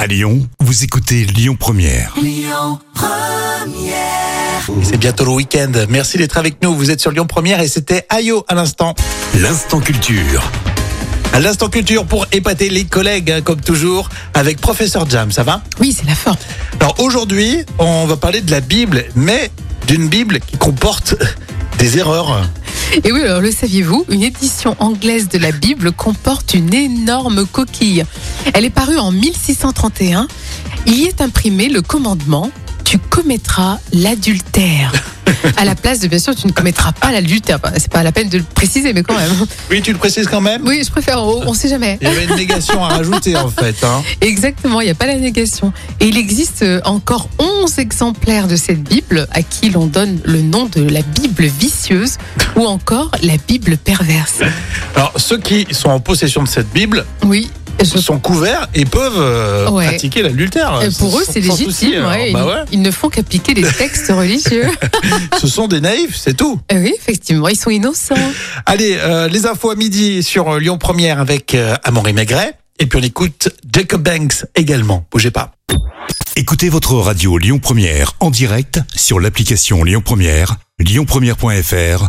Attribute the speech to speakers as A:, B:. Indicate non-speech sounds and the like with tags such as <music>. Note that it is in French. A: À Lyon, vous écoutez Lyon Première.
B: Et C'est bientôt le week-end. Merci d'être avec nous. Vous êtes sur Lyon Première et c'était Ayo à l'instant.
A: L'instant culture.
B: À l'instant culture pour épater les collègues, hein, comme toujours, avec Professeur Jam. Ça va
C: Oui, c'est la forme.
B: Alors aujourd'hui, on va parler de la Bible, mais d'une Bible qui comporte <laughs> des erreurs.
C: Et oui, alors le saviez-vous, une édition anglaise de la Bible comporte une énorme coquille. Elle est parue en 1631. Il y est imprimé le commandement Tu commettras l'adultère. À la place de bien sûr, tu ne commettras pas l'adultère. Enfin, c'est pas la peine de le préciser, mais quand même.
B: Oui, tu le précises quand même
C: Oui, je préfère, oh, on on sait jamais.
B: Il y avait une négation à rajouter en fait. hein.
C: Exactement, il n'y a pas la négation. Et il existe euh, encore 11 exemplaires de cette Bible à qui l'on donne le nom de la Bible vicieuse ou encore la Bible perverse.
B: Alors ceux qui sont en possession de cette Bible
C: Oui, je-
B: sont couverts et peuvent euh,
C: Ouais.
B: pratiquer l'adultère.
C: euh, pour eux
B: Sans-
C: c'est
B: sans souci,
C: légitime.
B: alors,
C: ouais,
B: bah
C: ils,
B: ouais.
C: ils ne font qu'appliquer les textes
B: <laughs>
C: religieux.
B: Ce sont des naïfs, c'est tout.
C: Eh oui, effectivement, ils sont innocents.
B: Allez, euh, les infos à midi sur euh, Lyon Première avec euh, Amaury Maigret. Et puis on écoute Jacob Banks également. Bougez pas.
A: Écoutez votre radio Lyon Première en direct sur l'application Lyon Première, lyonpremière.fr